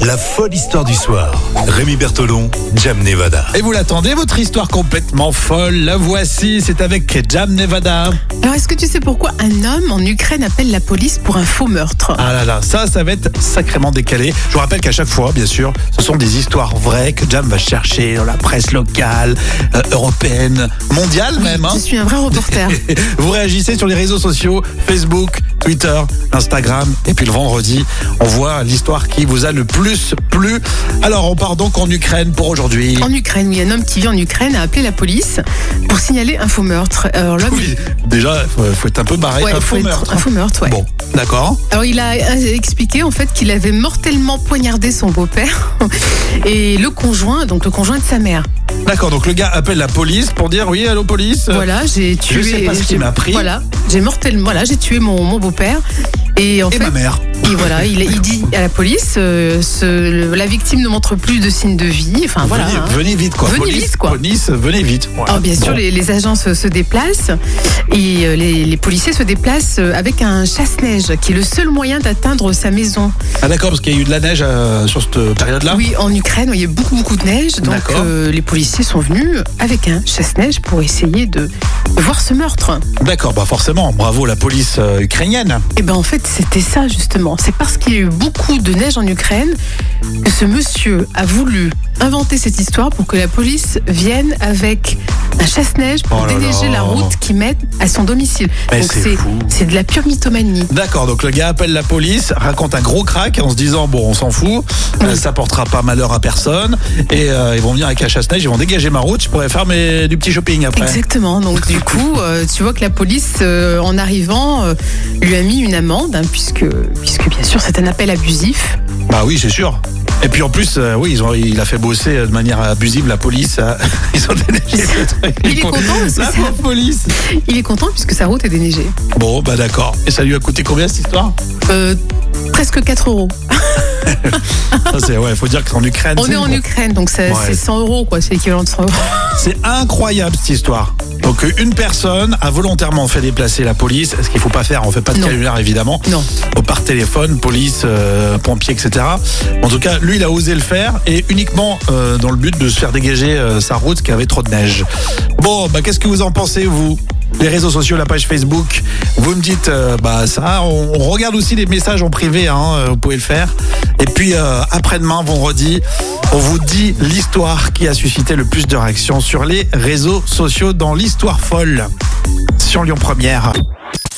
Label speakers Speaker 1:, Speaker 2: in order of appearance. Speaker 1: La folle histoire du soir. Rémi Bertolon, Jam Nevada.
Speaker 2: Et vous l'attendez, votre histoire complètement folle, la voici, c'est avec Jam Nevada.
Speaker 3: Alors, est-ce que tu sais pourquoi un homme en Ukraine appelle la police pour un faux meurtre
Speaker 2: Ah là là, ça, ça va être sacrément décalé. Je vous rappelle qu'à chaque fois, bien sûr, ce sont des histoires vraies que Jam va chercher dans la presse locale, euh, européenne, mondiale même. hein.
Speaker 3: Je suis un vrai reporter.
Speaker 2: Vous réagissez sur les réseaux sociaux, Facebook, Twitter, Instagram. Et puis le vendredi, on voit l'histoire qui vous a le plus plu. Alors, on part donc en Ukraine pour aujourd'hui.
Speaker 3: en Ukraine, oui, un homme qui vit en Ukraine a appelé la police pour signaler un faux meurtre. Alors, l'homme.
Speaker 2: Oui, déjà, euh, faut, faut être un peu barré.
Speaker 3: Ouais,
Speaker 2: un
Speaker 3: faut
Speaker 2: faux
Speaker 3: être-
Speaker 2: meurtre.
Speaker 3: Un faux meurtre, ouais.
Speaker 2: Bon, d'accord.
Speaker 3: Alors, il a euh, expliqué en fait qu'il avait mortellement poignardé son beau-père et le conjoint, donc le conjoint de sa mère.
Speaker 2: D'accord, donc le gars appelle la police pour dire oui, allô police.
Speaker 3: Voilà, j'ai
Speaker 2: Euh, je
Speaker 3: tué.
Speaker 2: sais pas ce qui
Speaker 3: j'ai-
Speaker 2: m'a pris.
Speaker 3: Voilà, j'ai mortellement. Voilà, j'ai tué mon, mon beau-père. Et en
Speaker 2: Et
Speaker 3: fait,
Speaker 2: ma mère.
Speaker 3: Et voilà, il, il dit à la police, euh, ce- le- la victime ne montre plus de signes de vie. Enfin voilà.
Speaker 2: venez,
Speaker 3: hein.
Speaker 2: venez vite quoi.
Speaker 3: Venez
Speaker 2: police,
Speaker 3: vite, quoi.
Speaker 2: police, venez vite. Voilà.
Speaker 3: Alors, bien sûr,
Speaker 2: Bon.
Speaker 3: les, les agents se, se déplacent et euh, les, les policiers se déplacent euh, avec un chasse-neige qui est le seul moyen d'atteindre sa maison.
Speaker 2: Ah d'accord, parce qu'il y a eu de la neige euh, sur cette période-là.
Speaker 3: Oui, en Ukraine, il y a beaucoup, beaucoup de neige. Donc
Speaker 2: D'accord.
Speaker 3: euh, les policiers sont venus avec un chasse-neige pour essayer de voir ce meurtre.
Speaker 2: D'accord, bah forcément, bravo la police euh, ukrainienne.
Speaker 3: Et ben en fait, c'était ça justement. C'est parce qu'il y a eu beaucoup de neige en Ukraine que ce monsieur a voulu inventer cette histoire pour que la police vienne avec un chasse-neige pour
Speaker 2: Oh là
Speaker 3: déneiger
Speaker 2: là.
Speaker 3: la route qui mène à son domicile.
Speaker 2: Mais
Speaker 3: Donc
Speaker 2: c'est
Speaker 3: c'est
Speaker 2: fou.
Speaker 3: c'est de la pure mythomanie.
Speaker 2: D'accord, donc le gars appelle la police, raconte un gros crack en se disant bon on s'en fout, euh, ça portera pas malheur à personne et euh, ils vont venir avec la chasse-neige, ils vont dégager ma route, je pourrais faire mes- du petit shopping après.
Speaker 3: Exactement. Donc du coup, euh, tu vois que la police, euh, en arrivant, euh, lui a mis une amende hein, puisque puisque bien sûr c'est un appel abusif.
Speaker 2: Bah oui, c'est sûr. Et puis en plus, euh, oui, ils ont, il a fait bosser euh, de manière abusive la police. euh, ils ont déneigé le truc.
Speaker 3: Il est content parce que
Speaker 2: La
Speaker 3: ça-
Speaker 2: pauvre police.
Speaker 3: Il est content puisque sa route est déneigée.
Speaker 2: Bon, bah d'accord. Et ça lui a coûté combien cette histoire
Speaker 3: Euh, presque 4 euros.
Speaker 2: Ça, c'est, ouais, faut dire que c'est en Ukraine.
Speaker 3: On
Speaker 2: c'est-
Speaker 3: est en Ukraine, donc ça-
Speaker 2: Ouais.
Speaker 3: c'est 100 euros, quoi. C'est l'équivalent de 100 euros.
Speaker 2: C'est incroyable cette histoire. Donc euh, une personne a volontairement fait déplacer la police, ce qu'il faut pas faire, on fait pas de
Speaker 3: Non.
Speaker 2: canular évidemment.
Speaker 3: Non.
Speaker 2: Bon, Par téléphone, police, euh, pompiers, pompier, etc. En tout cas, lui, il a osé le faire et uniquement euh, dans le but de se faire dégager euh, sa route qui avait trop de neige. Bon, bah qu'est-ce que vous en pensez vous les réseaux sociaux, la page Facebook, vous me dites euh, bah ça. On, on regarde aussi les messages en privé, hein, euh, vous pouvez le faire. Et puis euh, après-demain, vendredi, on vous dit l'histoire qui a suscité le plus de réactions sur les réseaux sociaux dans l'histoire folle sur Lyon Première.